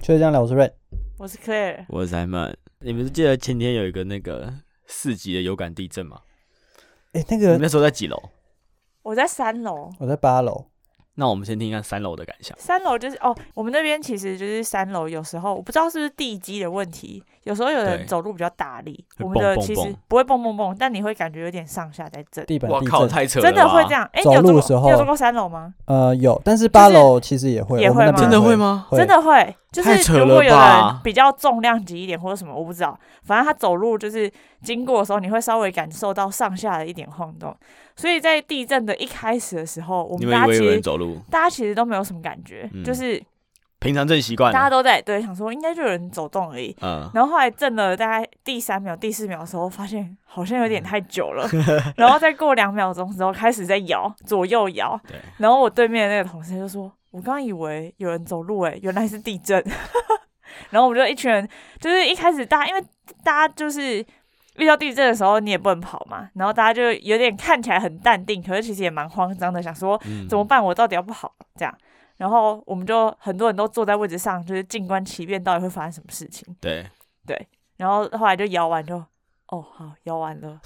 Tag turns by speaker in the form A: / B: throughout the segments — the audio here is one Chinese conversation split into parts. A: 就这样聊，我是 Red。
B: 我是 Claire，
C: 我是 Simon。你们记得前天有一个那个四级的有感地震吗？
A: 哎、那
C: 你们
A: 个
C: 那时候在几楼？
B: 我在三楼。
A: 我在八楼，
C: 那我们先听一下三楼的感想。
B: 三楼就是哦，我们那边其实就是三楼，有时候我不知道是不是地基的问题，有时候有人
C: 对
B: 走路比较大力，
C: 会
B: 我们的
C: 蹦蹦
B: 其实
C: 蹦
B: 不会蹦蹦蹦，但你会感觉有点上下在震，
A: 地板
C: 哇
A: 地
C: 靠，
A: 震。
C: 太扯了！
B: 真的会这？样。哎、你
A: 走
B: 有坐
A: 路
B: 过
A: 的时候
B: 你有坐过三楼吗？
A: 呃，有，但是八楼其实也会，
B: 也
A: 我们那
B: 会吗
C: 真
A: 边
C: 的会？吗？
A: 会
B: 真的会，就
C: 太
B: 是
C: 扯
B: 如
C: 了
B: 果有人
C: 吧
B: 比较重量级一点或者什么，我不知道，反正他走路就是经过的时候，你会稍微感受到上下的一点晃动。所以在地震的一开始的时候，我
C: 你
B: 们
C: 们
B: 大
C: 以
B: 家
C: 为
B: 其
C: 有人
B: 实
C: 走路？
B: 大家其实都没有什么感觉，
C: 嗯
B: 就是
C: 平常正习惯
B: 大
C: 了。
B: 家都在对想说应该就有人走动而已。
C: 嗯，
B: 然后后来震了大概第三秒、第四秒的时候，发现好
C: 嗯
B: 像有点太久了。然后再过两秒钟之后，开始在摇，左右摇。
C: 对。
B: 然后我对面的那个同事就说：“我刚以为有人走路、欸，原来是地震。” 然后我们就一群人，就是一开始大家因为大家就是遇到地震的时候，你也不能跑嘛，然后大家就有点看起来很淡定，可是其实也蛮慌张的，想说
C: 嗯
B: 怎么办？我到底要不好这样？然后我们就很多人都坐在位置上，就是静观其变，到底会发生什么事情。
C: 对？
B: 然后后来就摇完就，哦，好，摇完了，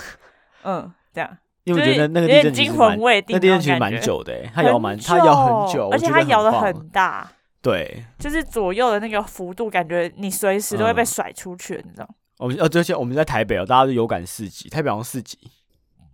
B: 嗯，这样，
C: 因为我觉得那那
B: 有
C: 个地震
B: 点
C: 其
B: 惊
C: 实
B: 魂
C: 蛮，
B: 未定
C: 那
B: 那
C: 地
B: 种
C: 震
B: 感
C: 其实蛮
B: 觉，
C: 久的欸，它摇蛮，它摇很久，
B: 而且
C: 我觉
B: 它摇
C: 得
B: 的
C: 很
B: 很
C: 晃。
B: 大，
C: 对，
B: 就是左右的那个幅度，感觉你随时都会被
C: 嗯
B: 甩出去的那种。
C: 我们呃，而且我们在台北哦，大家都有感四级，台北好像四级，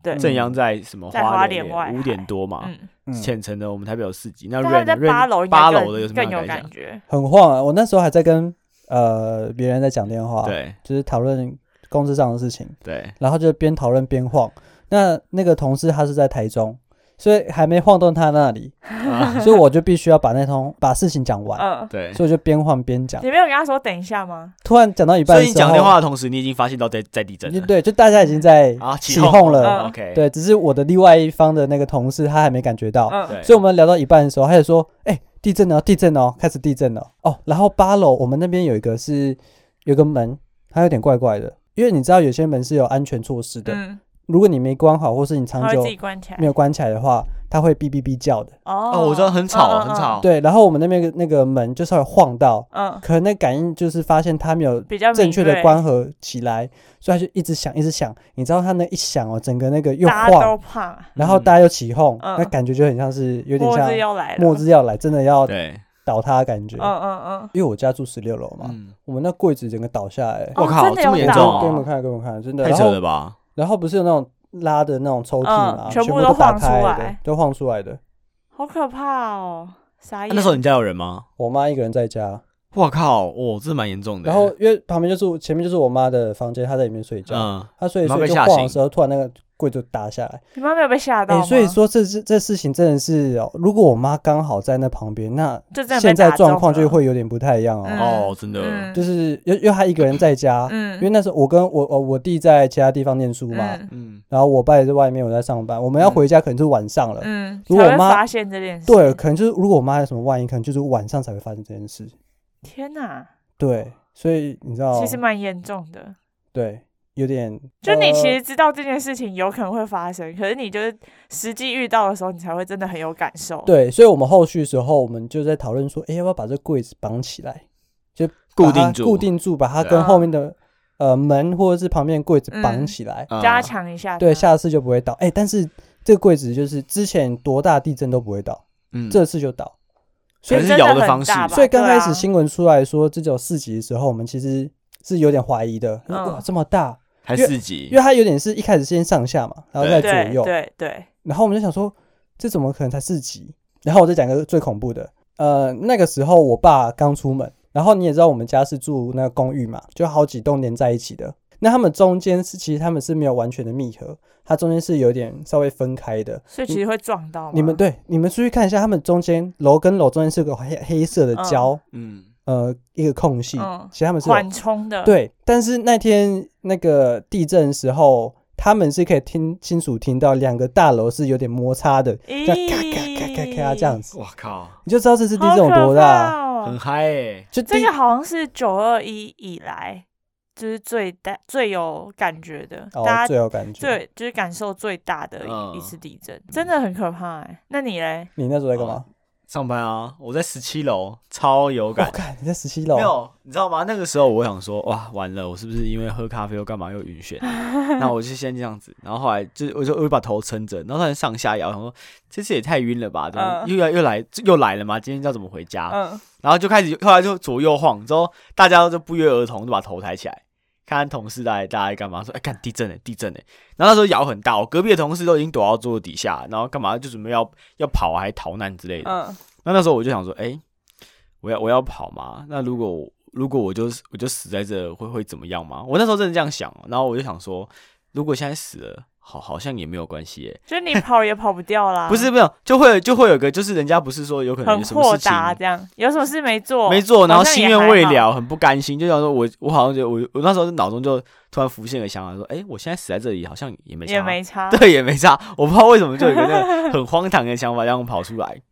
B: 对，
C: 正阳在什么
B: 嗯在花
C: 莲
B: 莲外
C: 五点
B: 海
C: 多嘛，
B: 嗯，
A: 嗯，
C: 浅层的我们台北有四级，那
B: 但他
C: rain
B: 在八楼应该
C: 啊八
B: 更
C: 楼的有什么
B: 更
C: 样的
B: 有
C: 感
B: 感
C: 想？
B: 觉？
A: 很晃啊！我那时候还在跟呃别人在讲电话，，
C: 对
A: 就是讨论公司上的事情，
C: 对，
A: 然后就边讨论边晃。那那个同事他是在台中，所以还没晃动他那里，
C: 啊
A: 所以我就必须要把那通把事情讲完，
B: 嗯，
C: 对。
A: 所以我就边晃边讲。
B: 你没有跟他说等一下吗？
A: 突然讲到一
C: 所
A: 半的
C: 以
A: 时
C: 你
A: 候，
C: 讲电话的同时，你已经发现到在在地震
A: 就
C: 了
A: 对，就大家已经在
C: 啊，
A: 起哄了。
B: 嗯
C: OK，，
A: 对，只啊是我的另外一方的那个同事他还没感觉到，
B: 嗯，
C: 对，
A: 所以我们聊到一半的时候，他就说：“哎、地震了，地震了，开始地震了。”哦，然后八楼我们那边有一个是有个门，它有点怪怪的，因为你知道有些门是有安全措施的，
B: 嗯，
A: 如果你没关好，或是你长
B: 他会
A: 久
B: 自己关起来
A: 没。有关起来的话，它会哔哔哔叫的。
B: 哦
C: 哦，我知道很吵，很。
B: 嗯嗯嗯
C: 吵，
A: 对，然后我们那边那个那个门就稍微晃到，
B: 嗯，
A: 可能那感应就是发现它没有
B: 比较
A: 正确
B: 敏
A: 的
B: 锐
A: 关合起来，所以它就一直响，一直响。你知道它那一响哦，整个那个又
B: 大家
A: 晃，
B: 都嗯怕，
A: 然后大家又起哄，
B: 嗯
A: 那感觉就很像是有点
B: 末
A: 像
B: 日要来了。
A: 末日要来，真的要
C: 对，
A: 倒塌的感觉。
B: 嗯嗯
A: 因为我家住十六楼嘛，
C: 嗯，
A: 我们那柜子整个倒下来，
B: 哦
C: 我靠，
B: 真的
C: 这么
B: 有
C: 严
B: 打
C: 重
B: 哦
A: 给你们
C: 啊，
A: 看，给我们看，真的。
C: 太
A: 然
C: 扯了
A: 后
C: 吧？啊
A: 然后不是有那种拉的那种抽屉嘛，
B: 嗯
A: 全
B: 全
A: 部
B: 部
A: 都
B: 都
A: 打
B: 晃出
A: 开
B: 来
A: 的，都晃出来的。
B: 嗯，好可怕哦！傻
C: 啊
B: 眼。
C: 那时候你家有人吗？
A: 我妈一个人在家，
C: 我靠，哦，这蛮严重的。
A: 然后因为旁边就是前面就是我妈的房间，她在里面睡觉，
C: 嗯，
A: 她睡一
C: 妈
A: 睡
C: 被
A: 就
C: 吓
A: 晃的
C: 醒
A: 时候，突然那个柜就打下来。
B: 你妈没有被吓到
A: 哎，
B: 吗？
A: 所以说这这这事情真的是哦，如果我妈刚好在那旁边，那
B: 就真的被
A: 现在
B: 打中
A: 状况就
B: 了
A: 会有点不太一样哦。
B: 嗯
C: 哦，真的，
B: 嗯
A: 就是因为因为她一个人在家，
B: 嗯
A: 因为那时候我跟我我我弟在其他地方念书嘛，
B: 嗯
C: 嗯，
A: 然后我爸也在外面，我在上班，我们要回家可能是晚上了。
B: 嗯，
A: 如果
B: 才会
A: 妈
B: 发现这件事。
A: 对，，可能就是如果我妈有什么万一，可能就是晚上才会发生这件事。
B: 天哪，
A: 对，所以你知道，
B: 其实蛮严重的。
A: 对，有点
B: 就你其实
A: 呃
B: 知道这件事情有可能会发生，可是你就是实际遇到的时候，你才会真的很有感受。，
A: 呃对，所以我们后续的时候，我们就在讨论说，哎，要不要把这柜子绑起来，
C: 固
A: 把它
C: 定住，
A: 固，定住，把它
C: 对
A: 跟
B: 啊
A: 后面的呃门或者是旁边的柜子绑
B: 嗯啊
A: 起来，
B: 加，强一下。
A: 对，下次就不会倒。哎，但是这个柜子就是之前多大地震都不会倒，
C: 嗯，
A: 这次就倒。
C: 可
B: 所以
C: 能
B: 真
C: 是
B: 的
C: 摇的
B: 很
C: 方式
B: 大吧
A: 所以刚
B: 对啊
A: 开始新闻出来说这只有四级的时候，我们其实是有点怀疑的，
B: 嗯
A: 哇，这么大，
C: 还
A: 因为
C: 四
A: 因
C: 级
A: 为，它有点是一开始先上下嘛，然后再
B: 对
A: 左右，
B: 对对，
A: 然后我们就想说，这怎么可能才四级？然后我再讲个最恐怖的，呃，那个时候我爸刚出门，然后你也知道我们家是住那个公寓嘛，就好几栋连在一起的。那他们中间是其实他们是没有完全的密合，它中间是有点稍微分开的。
B: 所以其实会撞到吗
A: 你们对你们出去看一下，他们中间楼跟楼中间是有个黑黑色的
B: 嗯
A: 胶，
C: 嗯，
A: 呃一个空隙，
B: 嗯
A: 其实他们是有
B: 缓冲的。，
A: 对，但是那天那个地震的时候，他们是可以听清楚听到两个大楼是有点摩擦的，这样咔咔咔咔咔这样子，
C: 我靠，
A: 你就知道这次地
B: 好
A: 震有
B: 可
A: 多大。
B: 怕哦
C: 很嗨欸，
A: 就
B: 这
A: 第
B: 个好像是九二一以来，就是最大最有感觉的，
A: 哦，
B: 大
A: 最
B: 家
A: 有感觉。
B: 最就是感受最大的一,、
C: 嗯
B: 一次地震，真的很可怕哎、那你嘞？
D: 哦
A: 你那时候在干嘛？
D: 上班啊，我在十七楼，超有
A: 我
D: 感。
A: 看哦你在十七
D: 没
A: 楼，
D: 有，你知道吗？那个时候我想说，哇，完了，我是不是因为喝咖啡又干嘛又晕 眩？那我就先这样子，然后后来就我就我就把头撑着，然后突然上下摇，我想说这次也太晕了吧，怎么
B: 嗯
D: 又来又来又来了嘛？今天要怎么回家？
B: 嗯，
D: 然后就开始后来就左右晃，之后大家就不约而同就把头抬起来，看看同事大概大家在干嘛，说哎看地震了、地震了、然后那时候摇很大，我隔壁的同事都已经躲到桌子底下，然后干嘛就准备要要跑啊还逃难之类的。
B: 嗯，
D: 那那时候我就想说，哎、我要我要跑嘛？那如果我如果我就我就死在这会会怎么样吗？我那时候真的这样想，然后我就想说，如果现在死了，好好像也没有关系耶、
B: 就是你跑也跑不掉啦，
D: 不是没有，就会就会有个就是人家不是说有可能有
B: 很
D: 什么
B: 豁
D: 事情
B: 达这样，有什么事没做，
D: 没做，然
B: 好
D: 后
B: 像也
D: 心愿未
B: 还好，
D: 了，很不甘心，就想说我我好像就我我那时候脑中就突然浮现个想法，说，哎、我现在死在这里好像也没差，
B: 也没差，
D: 对，也没差，我不知道为什么就有一个那个很荒唐的想法让我跑出来。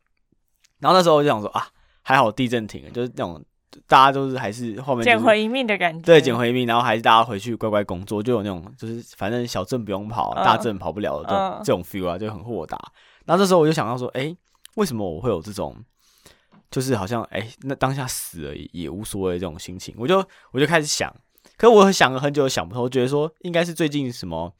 D: 然后那时候我就想说啊，还好地震停了，就是那种大家都是还是后面、就是、
B: 捡回一命的感觉，
D: 对，捡回命，然后还是大家回去乖乖工作，就有那种就是反正小镇不用跑，
B: 嗯
D: 大镇跑不了的这种、
B: 嗯
D: 这种 feel 啊，就很豁达。然后这时候我就想到说，哎、为什么我会有这种，就是好像哎、诶那当下死了也也无所谓的这种心情？我就我就开始想，可我想了很久想不通，我觉得说应该是最近什么，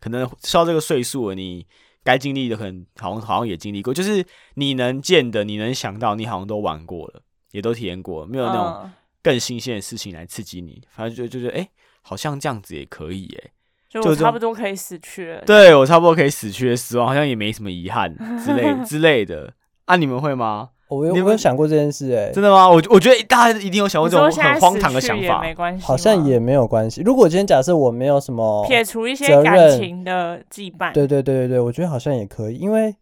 D: 可能到这个岁数了，你该经历的可能好像好像也经历过，就是你能见的、你能想到，你好像都玩过了，也都体验过了，没有那种。
B: 嗯，
D: 更新鲜的事情来刺激你，反正就就觉得哎、诶好像这样子也可以 哎、
B: 就
D: 就
B: 我
D: 这种
B: 差不多可以死去了，
D: 对我差不多可以死去的死亡，好像也没什么遗憾 之类之类的。啊，你们会吗？
A: 我有
D: 你们
A: 我有想过这件事，哎，
D: 真的吗？我我觉得大家一定有想过
B: 你
D: 这
B: 说
D: 种
B: 现在
D: 很
B: 死
D: 荒
B: 去
D: 唐的想
B: 也
D: 法，
B: 没关系吗，
A: 好像也没有关系。如果今天假设我没有什么，
B: 撇除一些
A: 责
B: 感
A: 任
B: 情的羁绊，
A: 对对对对对，我觉得好像也可以，因为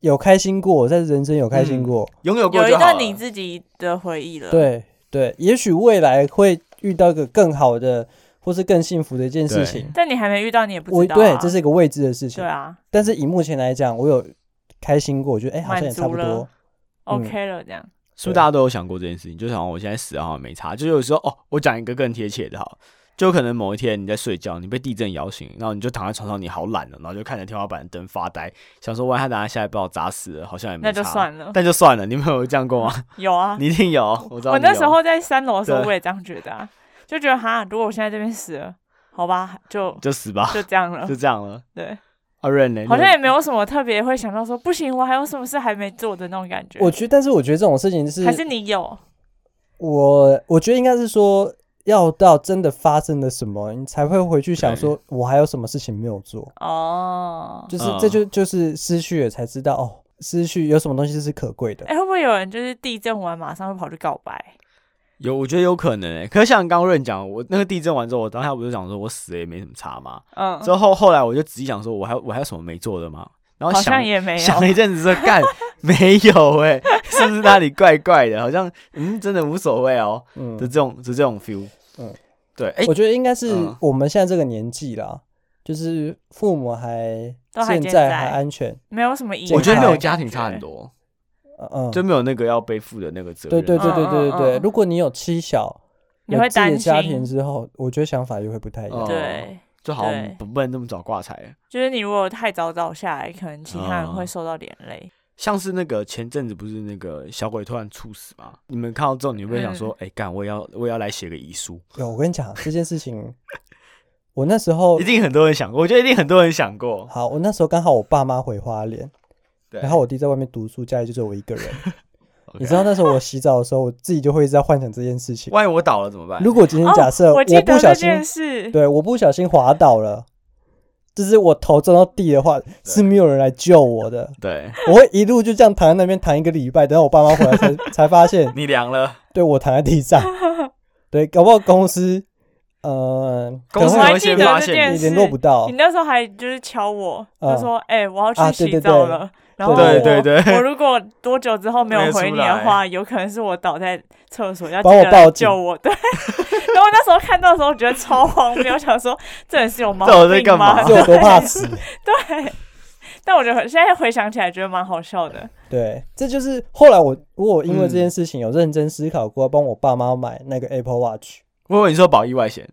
A: 有开心过，我在人生有开心
D: 嗯
A: 过，
D: 拥有过
B: 有一
D: 就好
B: 段
D: 了
B: 你自己的回忆了，，
A: 对对，也许未来会遇到一个更好的，或是更幸福的一件事
D: 对
A: 情。
B: 但你还没遇到，你也不
A: 我
B: 知道啊、
A: 对，这是一个未知的事情
B: 对。啊
A: 但是以目前来讲，我有开心过，我觉得哎、好像也
B: 满足
A: 差不
B: 了
A: 多。嗯
B: ，OK 了，这样，
D: 是不是大家都有想过这件事情？就想我现在死了好像没差，就有时候哦，我讲一个更贴切的哈，就可能某一天你在睡觉，你被地震摇醒，然后你就躺在床上，你好懒哦了，然后就看着天花板的灯发呆，想说万一他等下下来把我砸死了，好像也没
B: 那
D: 差，
B: 就算了。
D: 但就算了。你们有这样过吗？
B: 有啊，
D: 你一定有，我知道。
B: 我那时，候在三楼的时候，
D: 对
B: 我也这样觉得啊，就觉得哈，如果我现在这边死了，好吧，就
D: 就死吧，
B: 就这样了
D: 就。这样了。
B: 对，
D: 阿润呢？
B: 啊好像
D: 你
B: 也没有什么特别会想到说，不行，我还有什么事还没做的那种感觉。
A: 我觉得，但是我觉得这种事情是
B: 还是你有，
A: 我我觉得应该是说，要到真的发生了什么，你才会回去想说，我还有什么事情没有做，
B: 哦，
A: 就是
D: 嗯
A: 这就就是失去了才知道哦，失去有什么东西是可贵的。
B: 哎、会不会有人就是地震完马上会跑去告白？
D: 有，我觉得有可能欸诶、可是像刚刚润讲，我那个地震完之后，我当下不是想说我死了也没什么差嘛。
B: 嗯，
D: 之后后来我就仔细想说，我还有我还有什么没做的吗？然后
B: 好
D: 想
B: 像也没有
D: 想。了一阵子说，干没有诶、 是不是哪里怪怪的？好像嗯，真的无所谓哦，
A: 嗯
D: 就，这种就这种 feel。嗯
A: 嗯，
D: 对，哎、
A: 我觉得应该是
D: 嗯
A: 我们现在这个年纪啦，就是父母还
B: 都还
A: 现
B: 健
A: 在
B: 在
A: 还安全，
B: 没有什么意义。
D: 哎我觉得
A: 没
D: 没
A: 有
D: 有家庭差很。多，
A: 嗯嗯，
D: 就没有那个要背负的那个责
A: 对
D: 任。啊
A: 对对对对对
B: 嗯嗯
A: 对。
B: 嗯
A: 如果你有妻小，
B: 你
A: 有
B: 会
A: 自己的
B: 担
A: 家
B: 心
A: 庭之后，我觉得想法就会不太一样。
D: 哦
B: 对，
D: 就好像
B: 对
D: 不不能那么早挂彩。
B: 就是你如果太早倒下来，可能其他人
A: 哦
B: 会受到连累。
D: 像是那个前阵子不是那个小鬼突然猝死嘛？你们看到之后，你会不会想
A: 嗯
D: 说，哎、干，我也要，我也要来写个遗书。
A: 有，我跟你讲这件事情，我那时候
D: 一定很多人想过，我觉得一定很多人想过。
A: 好，我那时候刚好我爸妈回花莲，
D: 对，
A: 然后我弟在外面读书，家里就只有我一 个人。
D: OK
A: 你知道那时候我洗澡的时候，我自己就会一直在幻想这件事 情。
D: 万一我倒了怎么办？
A: 如果今天假设、
B: 哦、我记
A: 不
B: 得
A: 小
B: 这
A: 心
B: 件，事，
A: 对，我不小心滑倒了，就是我头撞到地的话，是没有人来救我的。
D: 对
A: 我会一路就这样躺在那边躺一个礼拜，等到我爸妈回来才才发 现，
D: 你凉了，
A: 对我躺在地 上。对，搞不好公司，呃，可
D: 公
A: 能
D: 司
B: 我
A: 会
B: 还
D: 会
B: 记
D: 先
B: 得
D: 发
B: 这
D: 现
B: 件
A: 你
D: 你。
B: 事
A: 联络不到
B: 你， 那时候还就是敲我，
A: 嗯
B: 就说：“哎、我要
A: 啊
B: 去
A: 对
B: 洗
A: 对
B: 澡
A: 对
B: 了。然后
A: 对
D: 对
B: 我
D: 对
B: 我如果多久之后没有
D: 没
B: 回
D: 出
B: 你的
D: 来
B: 话，有可能是我倒在厕所，要
A: 帮
B: 记
A: 我
B: 得
A: 报
B: 来
A: 警
B: 救我。对，然后那时候看到的时候，我觉得超荒谬，我想说这人是有毛
D: 这我在
B: 病
D: 干
B: 吗
D: 嘛？
A: 这有多怕死？
B: 对，但我觉得很现在回想起来，觉得蛮好笑的。
A: 对，这就是后来我我因为这件事情有认真思考过，帮我爸妈买那个 Apple Watch。
D: 我以为你说保意外险，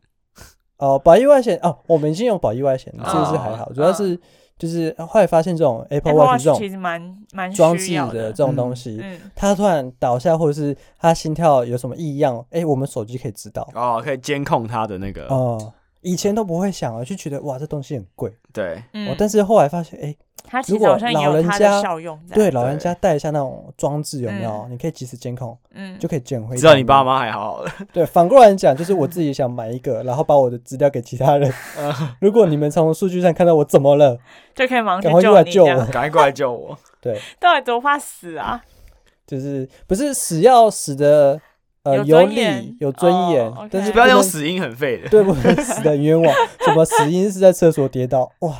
A: 哦，保意外险哦，我们已经有保意外险，了，
D: 哦嗯
A: 这个是还好，主要是就是后来发现这种 Apple
B: Apple
A: Watch 这
B: Watch
A: 种
B: 哎其实蛮蛮需
A: 装置
B: 要
A: 的这
B: 的，
A: 种东西，
B: 嗯，
A: 它突然倒下或者是它心跳有什么异样，哎、我们手机可以知道。
D: 哦，可以监控他的那个，
A: 哦、以前都不会想啊，就觉得哇这东西很贵、
D: 对，
B: 嗯
A: 哦，但是后来发现，哎、
B: 它其
A: 如
B: 实
A: 果
B: 好像也
A: 老
B: 有
A: 人
B: 它
A: 家
B: 的效用在，
A: 对，老人家带一下那种装置有没有？
B: 嗯
A: 你可以及时监控，
B: 嗯，
A: 就可以捡回。
D: 知道你爸？妈还好好的，
A: 对，反过来讲，就是我自己想买一个，然后把我的资料给其他 人。
D: 嗯
A: 如果你们从数据上看到我怎么了，
B: 就可以忙去
A: 赶快过来
B: 你
A: 救
B: 这
A: 我
B: 样。
D: 赶快过来救 我。
A: 对，
B: 到底多怕死啊？
A: 就是不是死要死的呃
B: 有
A: 有
B: 尊
A: 理
B: 严
A: 有尊严
B: 哦，
A: 但是
B: OK
D: 不要
A: 能
D: 用死因很废的，
A: 对，不能死的冤枉，什么死因是在厕所跌 倒，哇，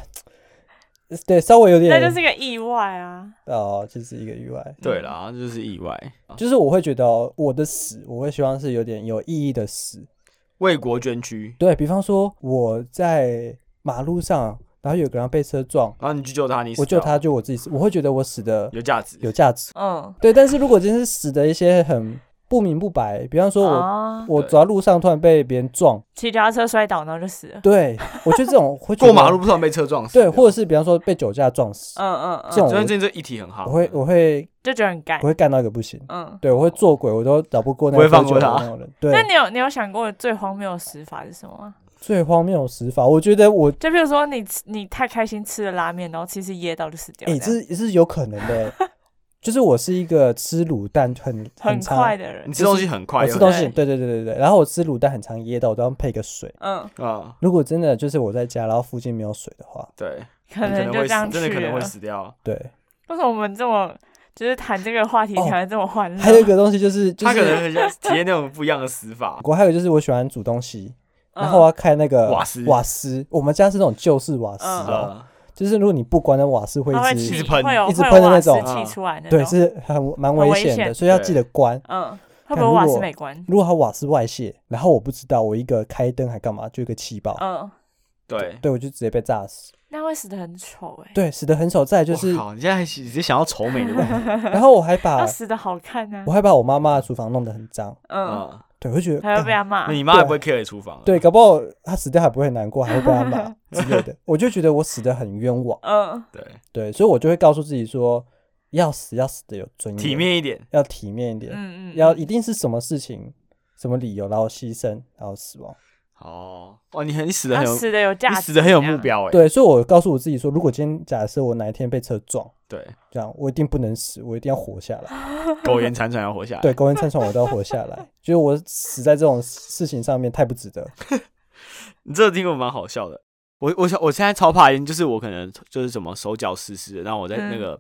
A: 对，稍微有点
B: 那就是个意外啊。
A: 哦，就是一个意外，
D: 对啦，就是意外，
A: 就是我会觉得哦我的死，我会希望是有点有意义的死，
D: 为国捐躯，
A: 对比方说我在马路上，然后有个人被车撞，
D: 然后你去救他，你死
A: 我救
D: 掉
A: 他就我自己死，我会觉得我死的
D: 有价值，
A: 有价值，
B: 嗯，
A: 对，但是如果真是死的一些很不明不白，比方说
D: 哦
A: 我。
B: 啊，
A: 我
D: 对
A: 走在路上突然被别人撞，
B: 骑脚踏车摔倒然后就死了。
A: 对，我觉得这种会觉
D: 过
A: 得
D: 马路，不然被车撞死，
A: 对，或者是比方说被酒驾撞死，
B: 嗯嗯
A: 这
B: 嗯，
A: 种
D: 所以
A: 我
D: 这这议题很好，
A: 我会我会
B: 就觉得很干
A: 我。会干到一个不行，
B: 嗯，
A: 对我会做鬼，我都找不过那
D: 不
A: 个
D: 会
A: 喝
D: 放
A: 酒的
D: 过他
A: 那种 人。对
B: 那，你有你有想过最荒谬的死法是什么吗？
A: 最荒谬的死法，我觉得我
B: 就比如说你吃你太开心吃了拉面，然后其实噎到就死掉
A: 诶、
B: 了，
A: 这这是有可能 的、就是我是一个吃卤蛋很
B: 很
A: 常
B: 快的人
D: 你。吃东西很快
A: 我
D: 又
A: 吃
D: 很，
A: 东西
B: 对
A: 很，对对对对对，然后我吃卤蛋很常噎到，我都要配个水。
B: 嗯，
D: 啊，
A: 如果真的就是我在家，然后附近没有水的话，
D: 对，
B: 可
D: 你可能
B: 就
D: 会
B: 这样
D: 死，
B: 去
D: 真的可能
B: 了
D: 会。死掉。
A: 对，
B: 为什么我们这么就是谈这个话题
A: 哦
B: 谈的这么欢乐？
A: 还有一个东西就是就
D: 他可能
A: 是
D: 很想体验那种不一样的死法，
A: 我还有就是我喜欢煮东西，
B: 嗯
A: 然后我要开那个
D: 瓦斯
A: 瓦斯，我们家是那种旧式瓦斯哦，
D: 啊，就是
A: 就是如果你不关的瓦斯会
B: 嗯它会
A: 一
B: 气
A: 直
D: 一直喷
B: 会有
A: 一直
B: 会有
A: 喷的那
B: 瓦斯
A: 种
B: 气出来的，
A: 对，是很蛮
B: 很
A: 危
B: 危
A: 险的，
B: 险
A: 所以要
D: 对
A: 记得关。
B: 嗯，会
A: 看
B: 不会
A: 如
B: 瓦斯
A: 果
B: 没关？
A: 如果它瓦斯外泄，然后我不知道，我一个开灯还干嘛，就一个气爆，
B: 嗯，
D: 对。
A: 对我就直接被炸死，
B: 那会死的很丑哎，
A: 对，死的很丑。再来就
D: 我
A: 是，
D: 靠！你现在还直接想要丑美的 问题
A: 然后我还把
B: 要死的好看啊
A: 我，还把我妈妈的厨房弄得很脏，
B: 嗯，
D: 啊？
A: 对，我就觉得
B: 还会被
A: 干
B: 他骂
D: 那，你妈
A: 对
D: 还不会 care 厨房？啊
A: 对，搞不好她死掉还不会很难过，还会被她骂 之类的，我就觉得我死的很冤枉，
B: 嗯，
D: 对，
A: 对，所以我就会告诉自己说，要死要死的有尊严，
D: 体，面一点。
A: 要体面一点，
B: 嗯嗯，
A: 要一定是什么事情、什么理由，然后牺牲，然后死亡。
D: 哦，哇，你很你死的
B: 要
D: 很有，
B: 啊死的有价
D: 你
B: 值，
D: 死的很有目。标哎。
A: 对，所以我告诉我自己说，如果今天假设我哪一天被车撞，
D: 对，
A: 这样我一定不能死，我一定要活下来。
D: 苟延残喘要活下来。
A: 对，苟延残喘，我都要活下来。就是我死在这种事情上面太不值得。
D: 你这个听过蛮好笑的。我我想我现在超怕烟，就是我可能就是什么手脚湿湿的，然后我在
B: 嗯
D: 那个、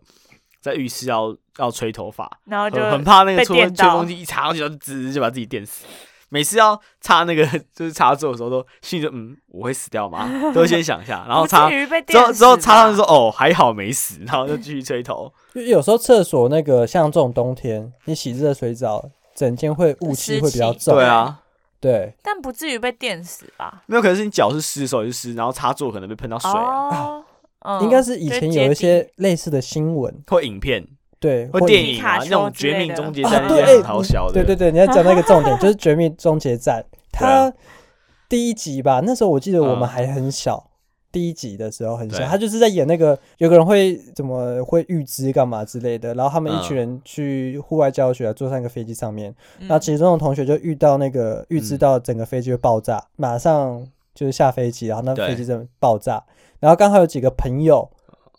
D: 在浴室要要吹头发，
B: 然后就
D: 很很怕那个
B: 被
D: 吹
B: 电
D: 吹
B: 到
D: 风机一插上去，然后滋就把自己电死。每次要擦那个 就是擦皱的时候都，心里就嗯，我会死掉吗？都先想一下，然后
B: 不
D: 擦
B: 至于被
D: 之后
B: 电
D: 之后
B: 死
D: 擦上
B: 吧
D: 去说哦还好没死，然后就继续吹头。
A: 就有时候厕所那个像这种冬天，你洗热水澡，整间会雾气
B: 湿
A: 会比较
B: 气
A: 重。
D: 对啊，
A: 对，
B: 但不至于被电死吧？
D: 没有可能是你脚是湿，手也是湿，然后擦坐可能被喷到水啊，
B: 哦，嗯
A: 应该是以
B: 就
A: 前
B: 接
A: 有一
B: 地
A: 些类似的新闻，
D: 或影片
A: 对，
D: 或
A: 或
D: 电
A: 影
D: 影
B: 皮
D: 啊
B: 卡丘
D: 那种
B: 之类
D: 绝
B: 的
D: 命终结
A: 啊
D: 战，
A: 对
D: 那
A: 哎
D: 些很好笑的。
A: 对对对，你要讲到一个重点，就是《绝命终结战》 它第一集吧，那时候我记得我们
D: 啊嗯
A: 还很小，第一集的时候很小，
D: 对
A: 他就是在演那个有个人会怎么会预知干嘛之类的，然后他们一
D: 嗯
A: 群人去户外教学，啊坐上一个飞机上面，
B: 嗯
A: 然后其中的同学就遇到那个预知
D: 嗯
A: 到整个飞机会爆炸，马上就是下飞机，然后那
D: 对
A: 飞机真的爆炸，然后刚好有几个朋友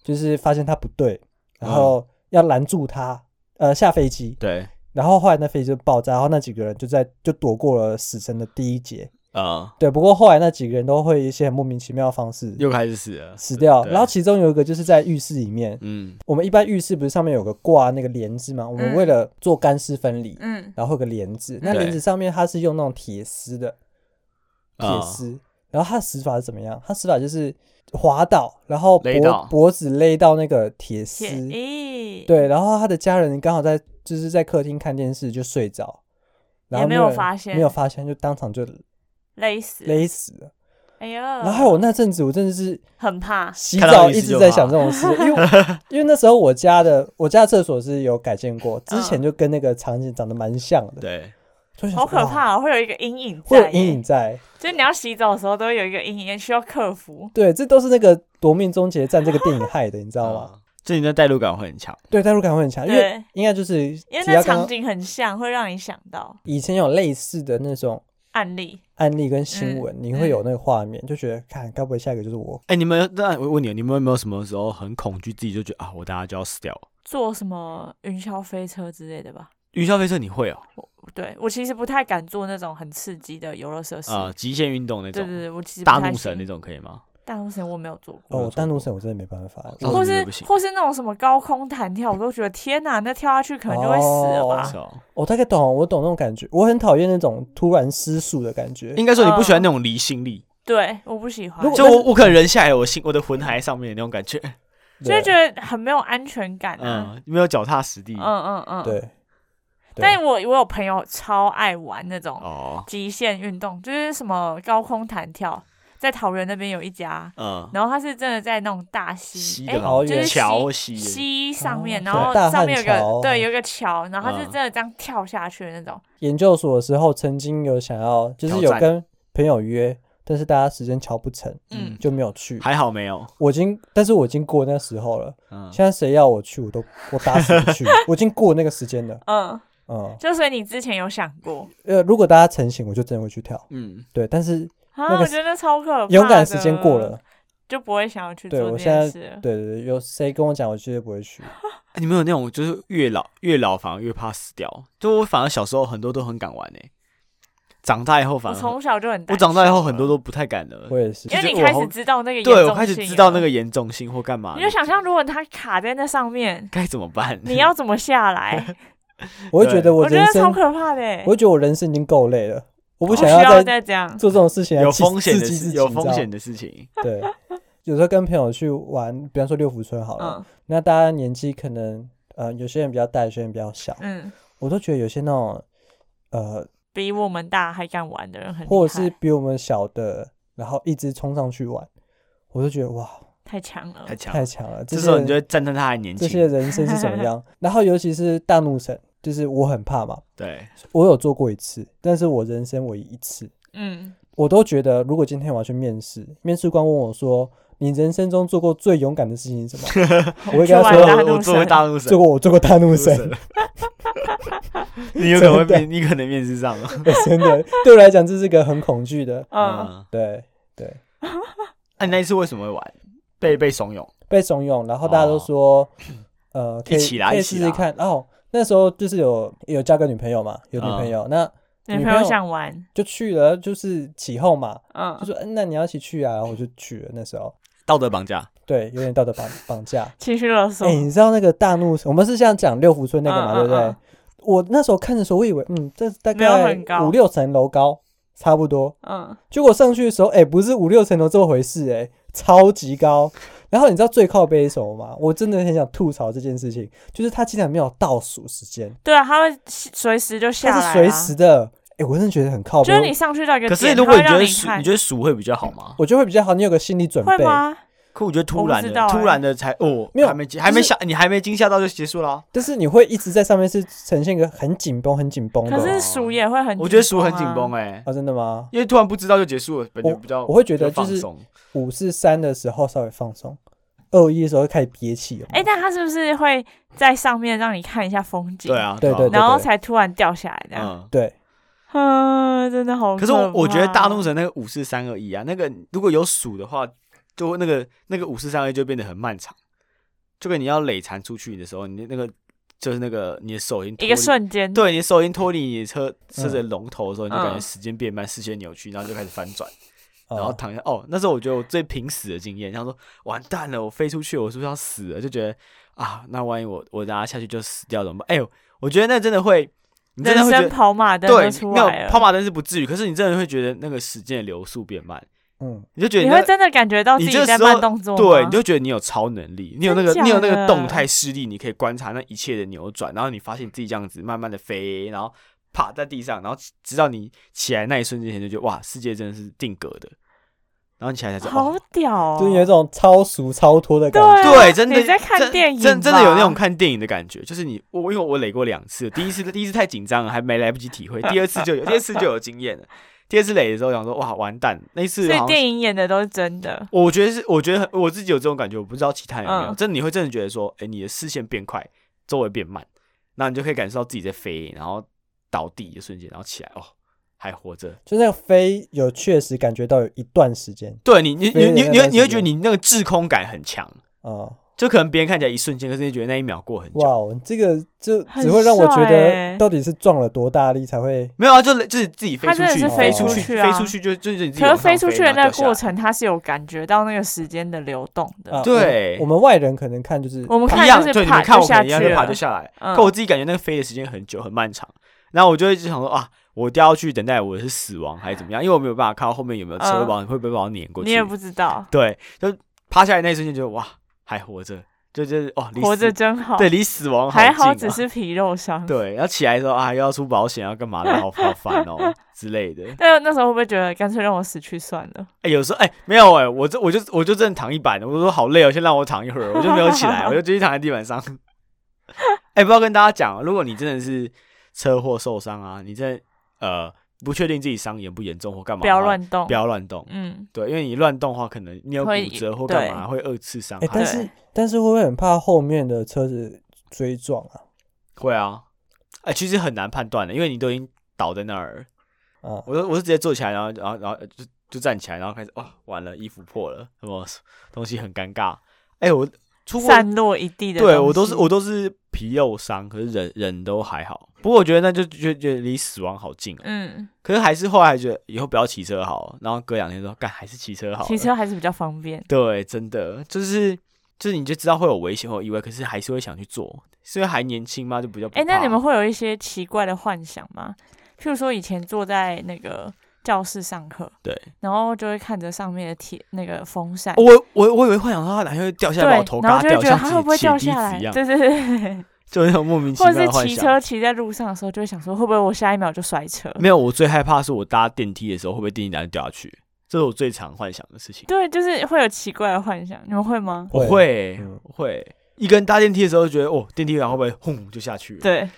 A: 就是发现他不对，
D: 嗯
A: 然后要拦住他，呃，下飞机，
D: 对，
A: 然后后来那飞机就爆炸，然后那几个人就在就躲过了死神的第一劫。
D: 呃，
A: 对，不过后来那几个人都会以一些很莫名其妙的方式
D: 又开始死了，
A: 死掉。
D: 对
A: 然后其中有一个就是在浴室里面，
D: 嗯，
A: 我们一般浴室不是上面有个挂那个帘子嘛？我们
B: 嗯
A: 为了做干湿分离，
B: 嗯
A: 然后有个帘子，那
D: 对
A: 帘子上面它是用那种铁丝的铁
D: 啊
A: 丝。然后它的死法是怎么样？它死法就是滑倒，然后
D: 勒到
A: 脖脖子勒到那个铁丝，
B: 铁咦，
A: 对，然后他的家人刚好在就是在客厅看电视就睡着，然
B: 也
A: 后
B: 没
A: 有
B: 有
A: 人
B: 发现
A: 没有发现就当场就
B: 勒死，
A: 勒死了。
B: 哎呀，
A: 然后我那阵子我真的 是
B: 很怕，
A: 洗
D: 看到
A: 澡
D: 浴
A: 一
D: 室
A: 直
D: 就
A: 在
D: 怕
A: 想这种事，因为 我因为那时候我家的我家的厕所是有改建过，之前
B: 嗯
A: 就跟那个场景长得蛮像的，
D: 嗯对，
A: 就想
B: 好
A: 说
B: 可
A: 哇
B: 怕、哦，会有一个阴影
A: 会有
B: 在耶，欸
A: 阴影在。
B: 就是你要洗澡的时候都会有一个阴影，需要克服。
A: 对，这都是那个《夺命终结战》这个电影害的，你知道吗？
D: 嗯就你的代入感会很强。
A: 对，代入感会很强，因为
B: 对，
A: 应该就是
B: 因为
A: 提到
B: 那
A: 刚
B: 场
A: 刚
B: 景很像，会让你想到
A: 以前有类似的那种
B: 案例。
A: 案例跟新闻，你会
B: 嗯
A: 有那个画面，就觉得看，该不会下一个就是我？
D: 哎、你们那我问你，你们有没有什么时候很恐惧，自己就觉得啊，我等下就要死掉了？
B: 坐什么云霄飞车之类的吧？
D: 云霄飞车你会哦、
B: 对我其实不太敢做那种很刺激的游乐设施。
D: 啊、极限运动那
B: 对
D: 种，
B: 对对，我其实不
D: 大
B: 太
D: 怒神
B: 行
D: 那种可以吗？
B: 大怒神我没有做过，
D: 我有
A: 哦，
D: 做
A: 单独
D: 过
A: 神我真的没办法，
D: 哦
B: 或
D: 我觉
B: 是
D: 得不行
B: 或是那种什么高空弹跳，我都觉得天哪，那跳下去可能就会死了吧
A: 啊
D: 是？哦，
A: 我大概懂，我懂那种感觉，我很讨厌那种突然失速的感觉。
D: 应该说你不喜欢
B: 嗯
D: 那种离心力，
B: 对，我不喜欢
A: 如，果
D: 就我我可能人下来，我心我的魂还在上面的那种 感觉，
B: 就会
A: 对
B: 觉得很没有安全感啊。
D: 嗯，没有脚踏实地。
B: 嗯嗯嗯，
A: 对，对
B: 但我我有朋友超爱玩那种
D: 哦，
B: 极限运动，就是什么高空弹跳，在桃园那边有一家，
D: 嗯，
B: 然后他是真的在那种大溪，
D: 西
B: 哎、
D: 的
A: 好
D: 嘛
A: 远
B: 就是
D: 桥或
B: 溪
D: 西的
B: 溪上面，
A: 哦
B: 然后
A: 对大
B: 上面有
A: 汉桥哦
B: 个对有一个桥，然后他是
D: 嗯
B: 真的这样跳下去的那种。
A: 研究所的时候，曾经有想要，就是有
D: 挑战
A: 跟朋友约，但是大家时间瞧不成，
B: 嗯
D: 嗯，
A: 就没有去。
D: 还好没有，
A: 我已经，但是我已经过那时候了。
D: 嗯，
A: 现在谁要我去，我都我打死不去。 我已经过那个时间了。
B: 嗯，
A: 嗯，
B: 就所以你之前有想过
A: 呃，如果大家成型，我就真的会去跳。
D: 嗯，
A: 对，但是
B: 啊？
A: 那个
B: 我觉得超可怕的。
A: 勇敢时间过了，
B: 就不会想要去
A: 对
B: 做
A: 我
B: 这
A: 现
B: 件
A: 在
B: 事了。
A: 对对对，有谁跟我讲，我绝对不会去。
D: 你们有那种就是越老越老反而越怕死掉？就我反而小时候很多都很敢玩诶、欸长大以后反
B: 我
D: 而很
B: 从小就很
D: 我
B: 胆
D: 长大以
B: 小
D: 后很多都不太敢了
A: 我。也是
B: 因，为
D: 就
B: 你
D: 觉得
B: 开
D: 我
B: 始
D: 好
B: 知道那个严
D: 对，我
B: 重
D: 开始
B: 性
D: 知道
B: 了
D: 那个严重性或干嘛的，
B: 你就想象，如果他卡在那上 面，
D: 该怎么办？
B: 你要怎么下来？
A: 我会觉得
D: 对
A: 我
B: 我觉
A: 人
B: 得
A: 生，
B: 超可怕的欸。
A: 我会觉得我人生已经够累了，我不
B: 不
A: 想
B: 需要
A: 再
B: 再这样。
A: 做这种事情来
D: 有
A: 啊刺
D: 风险
A: 刺
D: 的
A: 激自
D: 事，
A: 己
D: 有
A: 你知
D: 风
A: 道
D: 险的事情。
A: 对，有时候跟朋友去玩，比方说六福村好了，
B: 嗯
A: 那大家年纪可能呃有些人比较大，有些人比较小，
B: 嗯，
A: 我都觉得有些那种呃，
B: 比我们大还敢玩的人很厉害，
A: 或者是比我们小的，然后一直冲上去玩，我都觉得哇
B: 太强了
D: 太。强
A: 太
D: 了，
A: 强了，这
D: 啊这
A: 些
D: 时候你就
A: 人
D: 会赞叹他还年
A: 这些
D: 轻。
A: 人生是怎么样？ 然后尤其是大怒神，就是我很怕嘛，
D: 对，
A: 我有做过一次，但是我人生唯一一次，
B: 嗯，
A: 我都觉得，如果今天我要去面试，面试官问我说：“你人生中做过最勇敢的事情是什么？” 我会跟他
B: 去玩
A: 说
B: 大
D: 我
B: 怒
D: 我作为
B: 神
D: 大陆：“神
A: 做，过我做过大怒神，
D: 你有可能会
A: 真
D: 面，你可能面试上了。
A: 真的对我来讲这是个很恐惧的。
B: 嗯，
A: 对对，
D: 那啊你那一次为什么会玩？被被怂恿，
A: 被怂恿，然后大家都
D: 哦
A: 说，呃，可以
D: 一起啦
A: 可以
D: 一起
A: 试试
D: 啦
A: 看。哦，那时候就是有有交个女朋友嘛，有女朋
D: 嗯
A: 友，那
B: 女
A: 女
B: 朋
A: 朋
B: 友
A: 友
B: 想玩，
A: 就去了，就是起后嘛，
B: 嗯
A: 就，说：“嗯，那你要一起去啊？”然后我就去了。那时候
D: 道德绑架。
A: 对，有点道德绑绑架。
B: 情绪勒索
A: 哎、，你知道那个大怒，我们是像讲六福村那个嘛，
B: 嗯
A: 对不对？
B: 嗯嗯
A: 我那时候看的时候，我以为嗯，这大
B: 没有很
A: 概
B: 高
A: 五六层楼高，差不多。
B: 嗯，
A: 结果上去的时候，哎、不是五六层楼这么回事、哎，超级高。然后你知道最靠背是什么吗？我真的很想吐槽这件事情，就是他竟然没有倒数时间，
B: 对啊，他会随时就下
A: 他
B: 来
A: 是
B: 啊，
A: 随时的。哎、我真的觉得很靠背
B: 就是，你上去到一个
D: 可
B: 点，
D: 是如果
B: 他会
D: 你觉
B: 让
D: 得
B: 你
D: 熟，
B: 看
D: 你觉得熟会比较好吗？
A: 我觉得会比较好，你有个心理准
B: 会
A: 备。
B: 吗？
D: 可我觉得突
B: 我不
D: 然
B: 知
D: 的
B: 道，欸
D: 突然的才哦，
A: 没有
D: 还没惊还没
A: 就是
D: 吓，你还没惊吓到就结束了啊。
A: 但是你会一直在上面是呈现一个很紧绷、很紧绷的。
B: 可是数也会很，
D: 我觉得熟很紧绷，哎，
A: 啊，真的吗？
D: 因为突然不知道就结束了，感觉比较
A: 我会觉得
D: 比较
A: 就是
D: 放松
A: 五四三的时候稍微放松，二一的时候开始憋气。有没
B: 哎，
A: 有
B: 但他是不是会在上面让你看一下风景？
D: 对，啊，
A: 对
D: 啊
A: 对对
B: 然后才突然掉下来这样，
D: 嗯。
A: 对，
B: 嗯，真的好。
D: 可是我我觉得大怒
B: 神。
D: 神那个五四三二一啊，那个如果有数的话，就会那个那个五四三二一就变得很漫长，就跟你要累残出去的时候，你那个就是那个你的手已经脱
B: 一
D: 离
B: 个瞬间，
D: 对，你手已经脱离你的车车子的
A: 嗯
D: 龙头的时候，你就感觉
B: 嗯
D: 时间变慢，视线扭曲，然后就开始反转。
A: 然
D: 然后躺下。哦，那时候我觉得我最濒死的经验，然后说完蛋了，我飞出去，我是不是要死了？就觉得啊，那万一我我等下下去就死掉怎么办？哎、呦，我觉得那真的会，你真的
B: 人
D: 会觉
B: 生
D: 得
B: 跑马灯
D: 对
B: 都，出
D: 没
B: 来
D: 有
B: 了，
D: 跑马灯是不至于，可是你真的会觉得那个时间的流速变慢，
A: 嗯，
D: 你就觉得
B: 你
D: 那
B: 会真的感觉到自己
D: 你这
B: 在
D: 时候
B: 慢动作吗
D: 对，你就觉得你有超能力，你有那
B: 真
D: 个你有那
B: 假的
D: 个动态视力，你可以观察那一切的扭转，然后你发现你自己这样子慢慢的飞，然后趴在地上，然后直到你起来那一瞬间前就觉得哇，世界真的是定格的，然后你起来才知道，
B: 好
D: 哦
B: 屌哦！
A: 就是有一种超俗超脱的
B: 对
A: 感 觉。
B: 啊
D: 对，真的
B: 你在看
D: 真
B: 电影吧，
D: 真真的有那种看电影的感觉，就是你我因为我累过两次，第一次第一次太紧张了，还没来不及体会，第二次就有，第二次就有经验了。第二次累的时候想说哇完蛋，那一次
B: 所
D: 好
B: 以
D: 像是
B: 电影演的都是真的。
D: 我觉得是，我觉得很我自己有这种感觉，我不知道其他人有没有。
B: 嗯
D: 真的你会真的觉得说，哎、你的视线变快，周围变慢，那你就可以感受到自己在飞，然后倒地的瞬间，然后起来，哦，还活着。
A: 就那个飞有确实感觉到有一段时间
D: 对你，你你
A: 飞的
D: 你
A: 那
D: 你会
A: 段
D: 你会
A: 时间
D: 觉得你那个滞空感很强，
A: 啊、
D: 就可能别人看起来一瞬间，可是你觉得那一秒过很久。
A: 哇哦，这个就
B: 很
A: 只会让我觉
B: 帅欸
A: 得到底是撞了多大力才会
D: 没有啊，就是就是自己飞
B: 他
D: 出
B: 真的
D: 去，
B: 是
A: 飞
D: 飞
A: 出
D: 去，
B: 去啊
D: 飞出去就就是你自己
B: 可
D: 往
B: 是
D: 上
B: 飞出去的
D: 然后
B: 那个
D: 掉下来
B: 过，程，他是有感觉到那个时间的流动
A: 啊？
B: 的。
D: 对
A: 我我们外人可能看就是
B: 我们看
D: 一样，
B: 就是
D: 对，你
B: 爬
D: 们看我可
B: 下
D: 能一
B: 去
D: 样就爬
B: 了
D: 就，下来。
B: 嗯
D: 可我自己感觉那个飞的时间很久很漫长，然后我就一直想说啊，我掉下去等待我是死亡还是怎么样，因为我没有办法看到后面有没有车
B: 嗯
D: 把会不会把我碾过去。
B: 你也不知道，
D: 对，就趴下来那一瞬间就哇还活着，就就是哦离死
B: 活着真好。
D: 对，离死亡
B: 还
D: 好近
B: 好
D: 啊
B: 只是皮肉伤。
D: 对，然后起来的时候啊又要出保险要干嘛的，好好烦哦之类的。
B: 但那时候会不会觉得干脆让我死去算了？
D: 哎、有时候哎、没有哎、我这我就我就真的躺一板，我说好累哦，先让我躺一会儿，我就没有起来，我就继续躺在地板上。 哎、不知道跟大家讲，如果你真的是车祸受伤啊，你在呃不确定自己伤严不严重或干嘛，
B: 不要，乱动
D: 不。要乱动，
B: 嗯，
D: 对，因为你乱动的话，可能你有骨
B: 会
D: 折或干嘛，会二次伤
A: 哎、
D: 害，
A: 但
B: 对
A: 是但是会不会很怕后面的车子追撞啊？
D: 会啊，哎、其实很难判断的，因为你都已经倒在那儿了，
A: 啊，
D: 我就我是直接坐起来，然后然后然后就就站起来，然后开始哇完了，衣服破了，什么东西很尴尬，哎、我出过
B: 散落一地的东西。
D: 对我都是我都是皮肉伤，可是人人都还好。不过我觉得那就觉觉得离死亡好近哦。
B: 嗯，
D: 可是还是后来还觉得以后不要骑车好了，然后隔两天说干还是骑车好了。
B: 骑车还是比较方便。
D: 对，真的就是就是你就知道会有危险会有意外，可是还是会想去做，是因为还年轻嘛，就比较不
B: 哎、那
D: 怕
B: 你们会有一些奇怪的幻想吗？譬如说以前坐在那个教室上课，
D: 对，哦
B: 然后就会看着上面的铁那个风扇，
D: 我我我以为幻想到他哪天会掉下
B: 对，
D: 来把我头
B: 然后
D: 嘎
B: 就会
D: 掉，
B: 觉得
D: 像
B: 它会不会
D: 自己
B: 掉
D: 血滴
B: 下
D: 子
B: 来？
D: 一样，
B: 对对对对，
D: 就是那种莫名其
B: 或
D: 妙
B: 者
D: 的
B: 是
D: 幻
B: 骑
D: 想。
B: 车骑在路上的时候，就会想说会不会我下一秒就摔车？
D: 没有，我最害怕是我搭电梯的时候会不会电梯突然掉下去，这是我最常幻想的事情。
B: 对，就是会有奇怪的幻想，你们会吗？
D: 我
A: 会
D: 会、
A: 嗯
D: 我会，一个人搭电梯的时候觉得哦，电梯然后会不会轰就下去了？
B: 对，不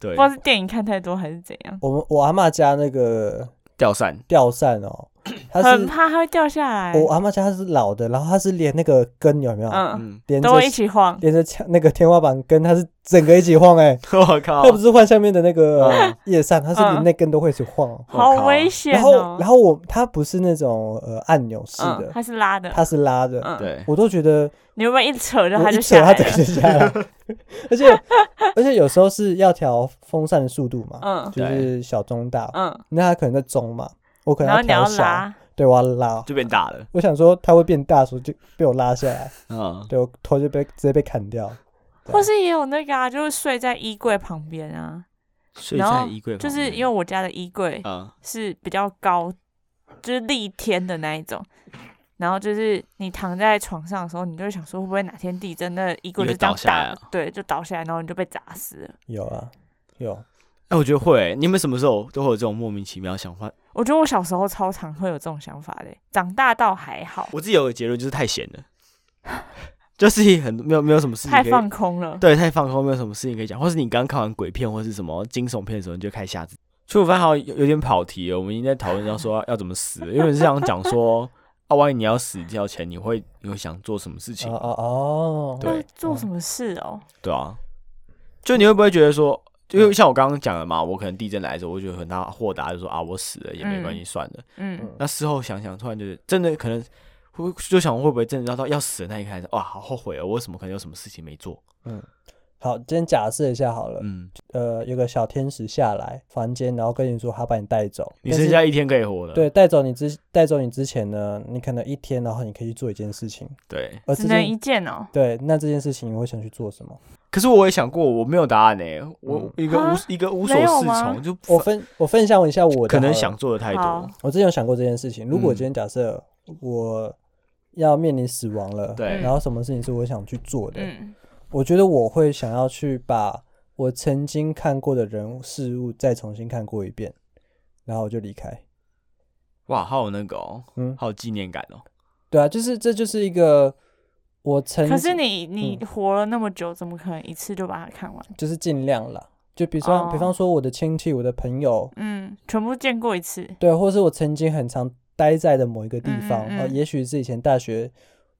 D: 对
B: 知道是电影看太多还是怎样，
A: 我们我阿嬷家那个
D: 吊扇
A: 吊扇哦，它
B: 很
A: 是啊
B: 怕它会掉下来。
A: 我哦阿嬷家它是老的，然后它是连那个根有没有、
B: 嗯，
D: 嗯，
A: 连着
B: 都会一起晃。
A: 连着墙那个天花板根，它是整个一起晃哎、
D: 我
B: 哦
D: 靠
A: 它，不是换下面的那个
D: 嗯
A: 叶扇，它是连那根都会一起晃哦。
B: 好
D: 我靠
B: 危险
A: 然
B: 哦！
A: 后然后我它不是那种呃按钮式
B: 嗯
A: 的，，
B: 它是拉的，
A: 它是拉的，
B: 嗯，
D: 对，
A: 我都觉得
B: 你会不会一扯就它
A: 我一
B: 就
A: 扯
B: 下
A: 它整
B: 来
A: 个
B: 了？
A: 就下来 了，而且而且有时候是要调风扇的速度嘛，
B: 嗯
A: 就是小中大，
B: 嗯，
A: 那它可能在中嘛，我可能
B: 然后你
A: 调
B: 要
A: 小，
B: 拉，
A: 对，我要拉。
D: 就变大了，
A: 我想说它会变大，所以就被我拉下来，
D: 嗯，
A: 对我头就被直接被砍掉。
B: 或是也有那个啊，就是睡在衣柜旁边啊，
D: 睡
B: 然
D: 在
B: 后
D: 衣柜旁边，
B: 就是因为我家的衣柜
D: 嗯，
B: 是比较高，就是立天的那一种。然后就是你躺在床上的时候，你就会想说，会不会哪天地震，那衣柜
D: 你会
B: 就这样
D: 倒下来
B: 打
D: 啊，
B: 对，就倒下来，然后你就被砸死了。
A: 有啊，有，
D: 哎、我觉得会，你们什么时候都会有这种莫名其妙想法？
B: 我觉得我小时候超常会有这种想法的，长大倒还好，
D: 我自己有个结论就是太闲 了，就是很没有没有什么事情
B: 太
D: 可以
B: 放空了。
D: 对，太放空，没有什么事情可以讲。或是你刚看完鬼片或是什么惊悚片的时候，你就开始瞎子。所以我发现好像有有点跑题了，我们已经在讨论到说要怎么死了，因为是想讲说，啊，万一你要死掉前，你会你会想做什么事情？
A: 哦哦哦，
D: 对嗯
B: 那做什么事哦？
D: 对啊，就你会不会觉得说，因
A: 嗯
D: 为像我刚刚讲的嘛，我可能地震来的时候，我就很大豁达，就说啊，我死了也没关系，算了。
B: 嗯，
D: 那事后想想，突然就是真的可能会就想会不会真的要到要死的那一刻，还是哇，好后悔哦，我为什么可能有什么事情没做？
A: 好，今天假设一下好了，
D: 嗯，
A: 呃，有个小天使下来房间，然后跟你说他把你带走，
D: 你
A: 但是
D: 剩下一天可以活了。
A: 对带走你之带走你之前呢，你可能一天，然后你可以去做一件事情，
D: 对，
A: 而
B: 只
A: 这
B: 能
A: 件
B: 一件哦。
A: 对，那这件事情你会想去做什么？
D: 可是我也想过，我没有答案呢、欸我一个无
B: 啊
D: 一个无所
B: 没有
D: 适
B: 吗
D: 从，就
A: 嗯我分我分享一下我的，
D: 可能想，做的太
B: 好
D: 多。
A: 我之前有想过这件事情，如果
D: 嗯
A: 今天假设我要面临死亡了，
D: 对
A: 然后什么事情是我想去做的，
B: 嗯，
A: 我觉得我会想要去把我曾经看过的人物事物再重新看过一遍，然后我就离开。
D: 哇，好有那个哦，
A: 嗯
D: 好有纪念感哦。
A: 对啊，就是这就是一个我曾
B: 可
A: 经
B: 是你你
A: 嗯
B: 活了那么久，怎么可能一次就把它看完？
A: 就是尽量啦，就比方、
B: 哦
A: 比方说我的亲戚、我的朋友，
B: 嗯，全部见过一次。
A: 对，或是我曾经很常待在的某一个地方，
B: 嗯嗯嗯
A: 呃，也许是以前大学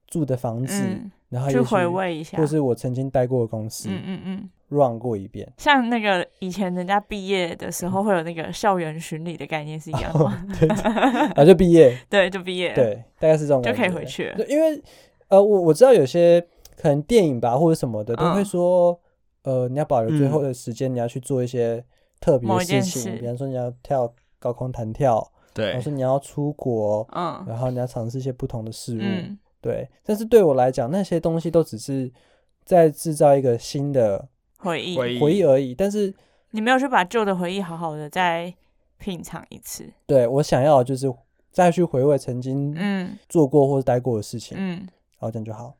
A: 住的房子，
B: 嗯，
A: 然后也
B: 去
A: 许
B: 回味一下。
A: 或是我曾经待过的公司、
B: 嗯嗯嗯，
A: run 过一遍。
B: 像那个以前人家毕业的时候
A: 嗯
B: 会有那个校园巡礼的概念是一 样的吗？
A: 啊，就毕业，
B: 对，就毕业了，
A: 哦对，大概是这种
B: 就
A: 感觉，
B: 可以回去了。
A: 对，因为呃，我我知道有些可能电影吧或者什么的都会
B: 嗯
A: 说，呃，你要保留最
D: 嗯
A: 后的时间，你要去做一些特别
B: 某
A: 的
B: 一
A: 事
B: 件
A: 情，
B: 事
A: 比方说你要跳高空弹跳，比
D: 对
A: 方，说你要出国，
B: 嗯
A: 然后你要尝试一些不同的事物，
B: 嗯
A: 对。但是对我来讲，那些东西都只是在制造一个新的
B: 回忆，
D: 回忆
A: 回忆而已。但是
B: 你没有去把旧的回忆好好的再品尝一次。
A: 对我想要的就是再去回味曾经
B: 嗯
A: 做过或者待过的事情，然
B: 嗯
A: 后这样就好。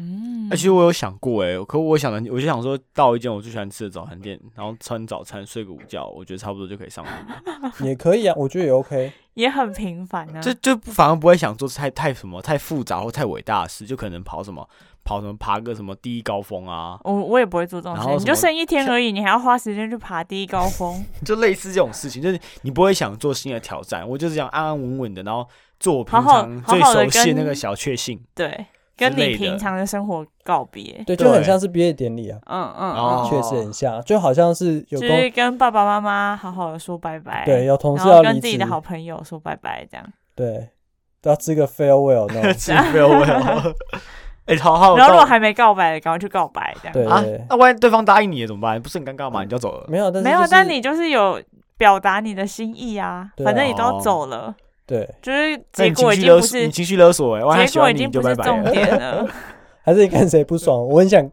B: 嗯
D: 哎、其实我有想过哎、可我想的，我就想说到一间我最喜欢吃的早餐店，然后吃完早餐睡个午觉，我觉得差不多就可以上班了。
A: 也可以啊，我觉得也 OK。
B: 也很平凡 啊。
D: 就就不反而不会想做太太什么太复杂或太伟大的事，就可能跑什么跑什么爬个什么第一高峰啊，
B: 我我也不会做这种
D: 然
B: 事，
D: 后
B: 你
D: 什
B: 就
D: 么
B: 剩一天而已，你还要花时间去爬第一高峰。
D: 就类似这种事情，就是你不会想做新的挑战，我就是想安安稳稳的，然后做我平
B: 好好
D: 常
B: 好
D: 最
B: 好地
D: 熟悉的那
B: 跟
D: 个小 确幸。
B: 对，跟
D: 之类
B: 你
D: 的
B: 平常的生活告别。
A: 对，就很
D: 对
A: 像是毕业典礼啊，
B: 嗯嗯
D: 哦，
B: 嗯，
A: 确实很像，就好像是有
B: 就
A: 公
B: 是跟爸爸妈妈好好的说拜拜。
A: 对，有同
B: 然
A: 事
B: 后
A: 要离
B: 跟自
A: 职
B: 己，的好朋友说拜拜，这样，
A: 对，都要吃个 farewell 那种
D: 是没有没有，哎，好好。
B: 然后如果
D: 到
B: 还没告白的，赶快去告白，这样。
A: 对嗯
D: 啊
A: 对对，
D: 那万一对方答应你了怎么办？不是很尴尬吗？你就要走了。
A: 没有，但是
B: 没有啊
A: 就，是
B: 但你就是有表达你的心意啊，
A: 对啊
B: 反正你都要走了，
A: 对，
B: 就是结
D: 那你
B: 果已
D: 情绪
B: 经
D: 勒
B: 不
D: 索，
B: 是
D: 你，情绪勒索哎、万一他
B: 结
D: 喜
B: 果
D: 欢
B: 已
D: 你，
B: 经
D: 你就
B: 不
D: 拜
B: 是
D: 拜
B: 重
D: 了。
B: 点了。
A: 还是你看谁不爽，我很想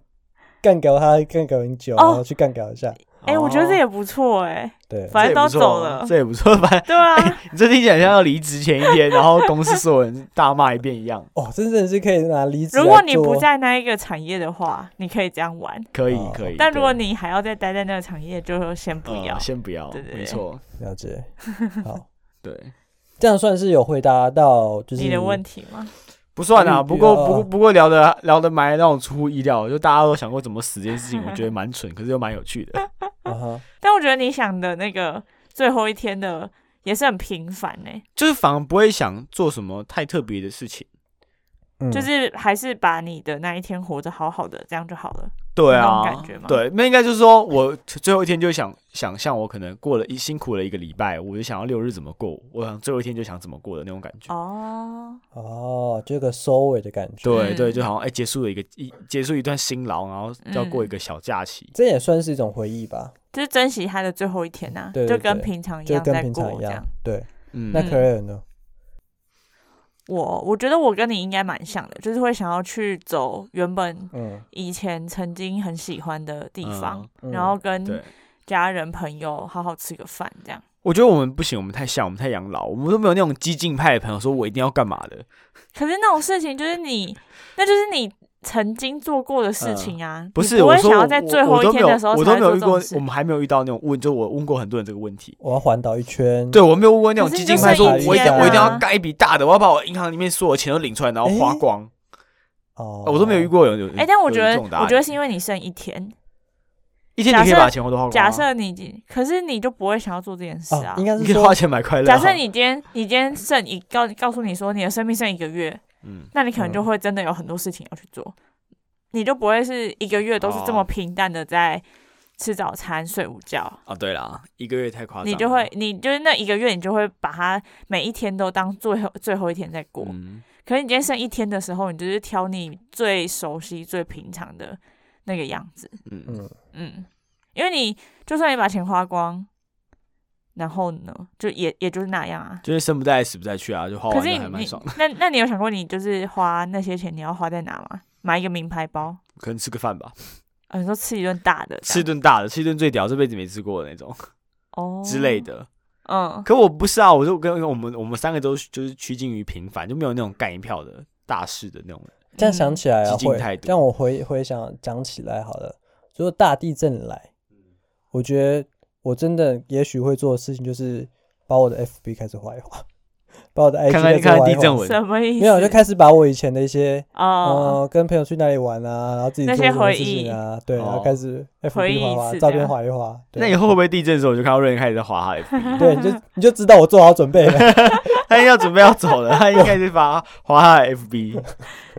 A: 干搞他，干搞很久，然后
B: 哦
A: 去干搞一下，
B: 哎，我觉得这也不错哎，
A: 对，
B: 反正
D: 哦这
B: 都
D: 也不错
B: 走了，
D: 这也不错。反正
B: 对 啊，
D: 你这听起来像要离职前一天，然后公司所有人大骂一遍一样，
A: 哦，真正是可以拿离职来做。
B: 如果你不在那一个产业的话，你可以这样玩，
D: 可以
A: 哦
D: 可以。
B: 但如果
D: 对
B: 你还要再待在那个产业，就先不
A: 嗯
B: 要
D: 呃。先不要，
B: 对对对
D: 没错，
A: 了 解，好，
D: 对，
A: 这样算是有回答到就是
B: 你的问题吗？
D: 不算啊。
A: 嗯
D: 不过
A: 呃
D: 不过不过聊的聊的蛮让我出乎意料，就大家都想过怎么死这件事 情，我觉得蛮蠢，可是又蛮有趣的。
A: 啊哈，
B: 但我觉得你想的那个最后一天的也是很平凡欸呢，
D: 就是反而不会想做什么太特别的事情。
A: 嗯
B: 就是还是把你的那一天活得好好的，这样就好了。
D: 对
B: 那种
D: 啊，
B: 感觉吗
D: 对，那应该就是说我最后一天就想想象我可能过了一辛苦了一个礼拜，我就想要六日怎么过，我想最后一天就想怎么过的那种感觉。
B: 哦，
A: 哦，就有个收尾的感觉，
D: 对
B: 嗯
D: 对，就好像哎、结束了一个一结束一段辛劳，然后要过一
B: 嗯
D: 个小假期。
A: 这也算是一种回忆吧，
B: 就是珍惜他的最后一天呐、
A: 对对
B: 就跟
A: 对
B: 平常一
A: 就
B: 样
A: 跟
B: 在
A: 平
B: 过
A: 常一
B: 这样
A: 样。，对。
D: 嗯，
A: 那
B: 嗯
A: 可尔呢？
B: 我我觉得我跟你应该蛮像的，就是会想要去走原本
A: 嗯，
B: 以前曾经很喜欢的地方，
A: 嗯
B: 然后
D: 对
B: 跟，家人朋友好好吃个饭这样。
D: 我觉得我们不行，我们太像，我们太养老，我们都没有那种激进派的朋友说我一定要干嘛的。
B: 可是那种事情就是你，那就是你曾经做过的事情啊，你
D: 嗯不
B: 不
D: 是，我
B: 会
D: 说
B: 想
D: 我
B: 要在最
D: 我
B: 后一天的时候
D: 我
B: 才会
D: 都没有
B: 做
D: 我都没有遇
B: 这
D: 过
B: 种，事
D: 我。们还没有遇到那种问，就我问过很多人这个问题。
A: 我要环岛一圈。
D: 对，我没有问过那种
B: 可是
D: 激进
A: 就
D: 派，
A: 是
D: 说我
A: 以
D: 一定
A: 前啊
D: 我一定要干一笔大的，我要把我银行里面所有钱都领出来，然后花
A: 诶
D: 光。
A: 哦
D: 呃我都没有遇。过有有。
B: 哎、但我觉
D: 有
B: 得，
D: 这种答案
B: 我觉得是因为你剩一天。
D: 一天你可以
B: 假设
D: 把钱花都花光啊。
B: 假设你已经，可是你就不会想要做这件事
A: 哦
B: 啊，。
A: 应该是
D: 你可以
A: 说
D: 花，钱买快乐啊。
B: 假设你今天你今天剩一告告诉你说你的生命剩一个月，
D: 嗯，
B: 那你可能就
A: 嗯
B: 会真的有很多事情要去做，你就不会是一个月都是这么
D: 哦
B: 平淡的在吃早餐、睡午觉，
D: 啊，对啦，一个月太夸张了，
B: 你就会你就是那一个月你就会把它每一天都当最后最后一天在过。
D: 嗯
B: 可是你今天剩一天的时候，你就是挑你最熟悉、最平常的那个样子，
D: 嗯
A: 嗯，
B: 嗯，因为你就算你把钱花光，然后呢，就也也就是那样啊。
D: 就是生不带来死不带去啊，就花
B: 可
D: 完
B: 是
D: 了
B: 你
D: 还蛮
B: 你
D: 爽的，
B: 那那你有想过你就是花那些钱你要花在哪吗？买一个名牌包，
D: 可能吃个饭吧，
B: 啊，你说吃一顿大的这
D: 吃一
B: 样，
D: 顿大的，吃一顿最屌，这辈子没吃过的那种
B: 哦
D: 之类，的。
B: 嗯，
D: 可我不是啊，我就跟我们我们三个都是就是趋近于平凡，就没有那种干一票的大事的那种人。
A: 这样想起来啊，
D: 激进
A: 会
D: 态度
A: 让我回回想讲起来好了。如果大地震来，我觉得我真的也许会做的事情就是把我的 FB 开始画一画，把我的 IG
D: 看看
A: 在这
D: 看看
A: 玩
D: 地
A: 一玩
D: 震文，
B: 什么意思？
A: 没有，就开始把我以前的一些
B: 哦，
A: 呃，跟朋友去哪里玩啊，然后自己
B: 那
A: 做
B: 些
A: 什么
B: 回
A: 事情啊，对，然后
D: 哦
A: 开始 FB
B: 忆
A: 划划，
B: 是
A: 照
B: 这
A: 片
B: 样
A: 划一划，
D: 那
A: 对
D: 以，后会不会地震的时候，我就看到瑞恩开始在滑他的 FB，
A: 对，你就你就知道我做好准备 了。
D: 他要准备要走了，他应该是发滑他的 FB，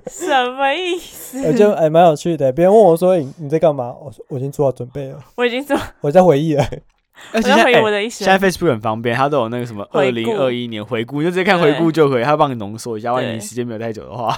B: 什么意思？
A: 我就哎蛮有趣的，别人问我说哎你你在干嘛，我说我已经做好准备了，
B: 我已经做，
A: 我在回忆了。
D: 而
B: 我
D: 且
B: 在
D: 现在
B: 回忆
D: 哎
B: 我的一
D: 现
B: 生
D: 在。Facebook 很方便，它都有那个什么二
B: 回顾
D: 零二一年回顾，你就直接看回顾就可以，它会帮你浓缩一下。万一
B: 对
D: 你时间没有太久的话，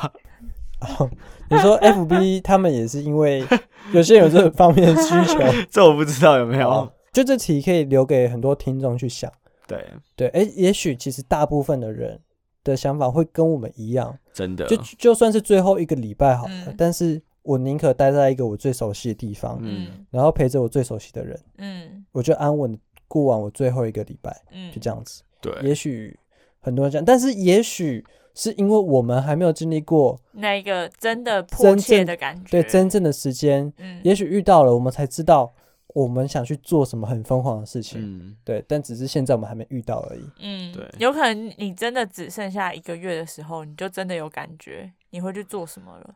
A: 哦你说 FB 他们也是因为有些人有这方面的需求，
D: 这我不知道有没有
A: 好。就这题可以留给很多听众去想。
D: 对，
A: 对，哎，也许其实大部分的人的想法会跟我们一样，
C: 真的
A: 就
D: 啊
A: 就算是最后一个礼拜好了
B: 嗯，
A: 但是我宁可待在一个我最熟悉的地方，
D: 嗯，
A: 然后陪着我最熟悉的人。
B: 嗯
A: 我就安稳地过完我最后一个礼拜，
B: 嗯
A: 就这样子。
D: 对，
A: 也许很多人这样，但是也许是因为我们还没有经历过
B: 那一个真的迫切的感觉，
A: 对真正的时间，
B: 嗯
A: 也许遇到了，我们才知道我们想去做什么很疯狂的事情。
D: 嗯，
A: 对，但只是现在我们还没遇到而已。
B: 嗯
D: 对
B: 有可能你真的只剩下一个月的时候，你就真的有感觉，你会去做什么了？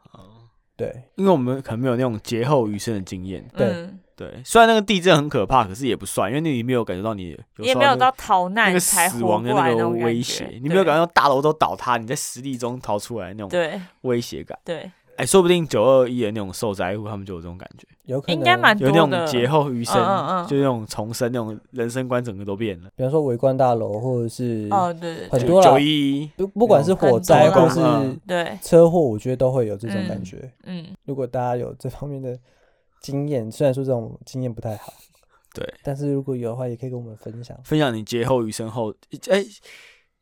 A: 对，
D: 因为我们可能没有那种劫后余生的经验。
A: 对
B: 嗯，
D: 对，虽然那个地震很可怕，可是也不算，因为那里没有感觉到你
B: 也
D: 时候
B: 没有
D: 那个
B: 到逃
D: 那
B: 难
D: 个
B: 才
D: 死
B: 活
D: 亡
B: 过
D: 的
B: 来
D: 那个
B: 种
D: 威
B: 觉
D: 胁，你没有感觉到大楼都倒塌，你在实力中逃出来那种
B: 对
D: 威胁感。
B: 对
D: 哎，说不定九二一的那种受灾户，他们就有这种感觉，
A: 有可
B: 对，
A: 能
B: 应该蛮
D: 有
B: 多
D: 那种
B: 的。
D: 劫后余生
B: 嗯嗯，嗯
D: 就那种重生，那种人生观整个都变了。
A: 比方说围观大楼，或者是
B: 哦，对对
A: 很
B: 对
A: 多啦
D: 九一
A: 不不管是火灾
B: 很多
A: 或
B: 啦
A: 是
D: 嗯
B: 对，
A: 车祸，我觉得都会有这种感觉。
B: 嗯，
A: 如果大家有这方面的经验，虽然说这种经验不太好，
D: 对，
A: 但是如果有的话，也可以跟我们分享。
D: 分享你劫后余生后，哎、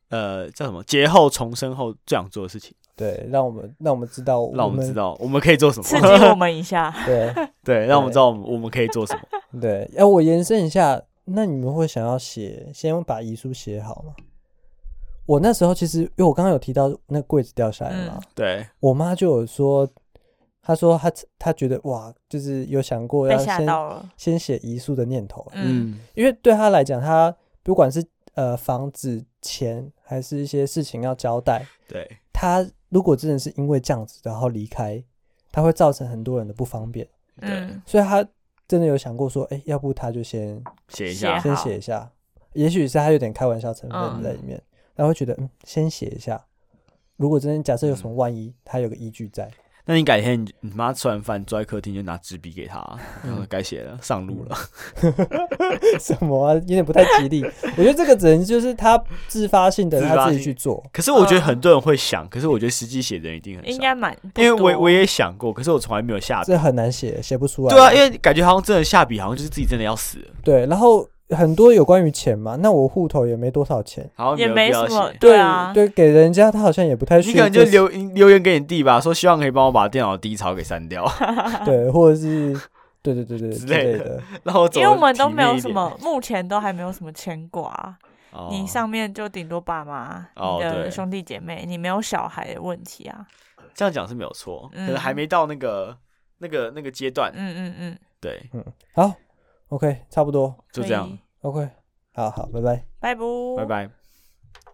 D: 呃，叫什么？劫后重生后最想做的事情，
A: 对，让我们让我们知道，
D: 让我们知道我们可以做什
B: 刺
D: 么。
B: 激我们一下。
A: 对
D: 对，让我们知道我们我们可以做什么。
A: 对，要我延伸一下，那你们会想要写，先把遗书写好吗？我那时候其实，因为我刚刚有提到那个柜子掉下来了嘛，
B: 嗯
D: 对，
A: 我妈就有说，她说她她觉得哇，就是有想过
B: 被
A: 要
B: 吓
A: 先
B: 到了，
A: 先写遗书的念头，
B: 嗯，
A: 因为对她来讲，她不管是呃房子、钱，还是一些事情要交代，
D: 对，
A: 她如果真的是因为这样子然后离开，她会造成很多人的不方便。
B: 嗯，
A: 所以他真的有想过说，哎、要不他就先
D: 写一下
B: 写。
A: 先
B: 好
A: 写一下，也许是他有点开玩笑成分
B: 嗯
A: 在里面，他会觉得嗯，先写一下。如果真的假设有什么万一，他有个依据在，
D: 那你改天你你妈吃完饭坐在客厅就拿纸笔给她，然后
A: 嗯，
D: 该写了，上路
B: 嗯
D: 了。
A: 什么、啊、有点不太吉利。 我觉得这个只能就是他自发性的
D: 自
A: 他
D: 发
A: 自己
D: 性
A: 去做，
D: 可是我觉得很多人会想，可是我觉得实际写的人一定很
B: 应
D: 少，
B: 该蛮不
D: 因为我
B: 多
D: 我也想过，可是我从来没有下笔。
A: 这很难写，写不出来。
D: 啊对啊，因为感觉好像真的下笔，好像就是自己真的要死了，
A: 对，然后很多有关于钱嘛，那我户头也没多少钱，
D: 好像
B: 也
D: 有
B: 没
D: 必
B: 什
D: 要
B: 么
D: 写。
B: 对啊，
A: 对，给人家他好像也不太需
D: 你
A: 要，
D: 可能就留留言给你弟吧，说希望可以帮我把电脑的低潮给删 掉。
A: 对，或者是对对对对之
D: 之
A: 类
D: 类的
A: 的。
D: 然后走
B: 因
D: 得
B: 为我们都
D: 体
B: 没
D: 面
B: 有
D: 一
B: 什
D: 点
B: 么，目前都还没有什么牵挂啊、
D: 哦
B: 你上面就顶多爸妈、
D: 哦
B: 你的
D: 对
B: 兄弟姐妹，你没有小孩的问题啊。
D: 这样讲是没有错，可
B: 嗯
D: 能还没到那个那个那个阶段。
B: 嗯嗯嗯，
D: 对，
A: 好，OK，差不这样
D: 就
B: 所
D: 这样
B: 以，
A: ，OK，好好，拜拜。
B: 拜拜，
D: 拜。拜。